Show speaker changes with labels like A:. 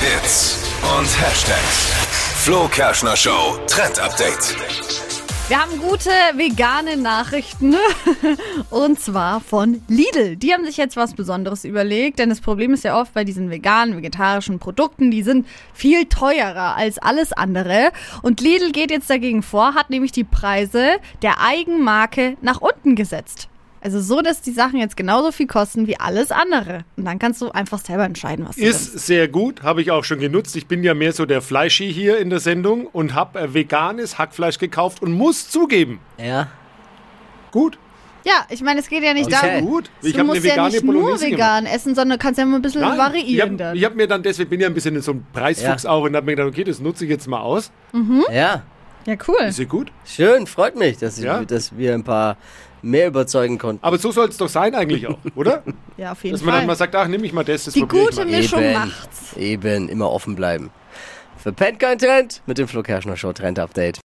A: Hits und Hashtags. Flo Kerschner Show Trend Update.
B: Wir haben gute vegane Nachrichten und zwar von Lidl. Die haben sich jetzt was Besonderes überlegt, denn das Problem ist ja oft bei diesen veganen, vegetarischen Produkten, die sind viel teurer als alles andere. Und Lidl geht jetzt dagegen vor, hat nämlich die Preise der Eigenmarke nach unten gesetzt. Also so, dass die Sachen jetzt genauso viel kosten wie alles andere. Und dann kannst du einfach selber entscheiden, was du
C: Ist sehr gut, habe ich auch schon genutzt. Ich bin ja mehr so der Fleischi hier in der Sendung und habe äh, veganes Hackfleisch gekauft und muss zugeben.
D: Ja.
C: Gut,
B: Ja, ich meine, es geht ja nicht
D: Okay.
B: darum.
C: gut. Ich
B: du
C: habe eine
B: musst ja
C: vegane
B: nicht nur
C: Bolognese gemacht.
B: vegan essen, sondern kannst ja mal ein bisschen
C: Nein,
B: Hm, variieren
C: ich habe
B: dann.
C: ich hab mir dann deswegen bin ich ja ein bisschen in so einem Preisfuchs
D: Ja.
C: auch und habe mir gedacht, okay, das nutze ich jetzt mal aus.
D: Ja.
B: Ja, cool.
C: Ist ja gut.
D: Schön, freut mich, dass, ich,
C: Ja.
D: dass wir ein paar mehr überzeugen konnten.
C: Aber so soll es doch sein eigentlich auch, oder?
B: Ja, auf jeden
C: Dass man dann mal
B: Fall.
C: sagt, ach, nehme ich mal das, das
B: Die
C: probiere ich
B: gute
C: mal.
B: Mischung. mir schon macht's.
D: Eben, immer offen bleiben. Verpennt kein Trend mit dem Flo Kerschner Show Trend Update.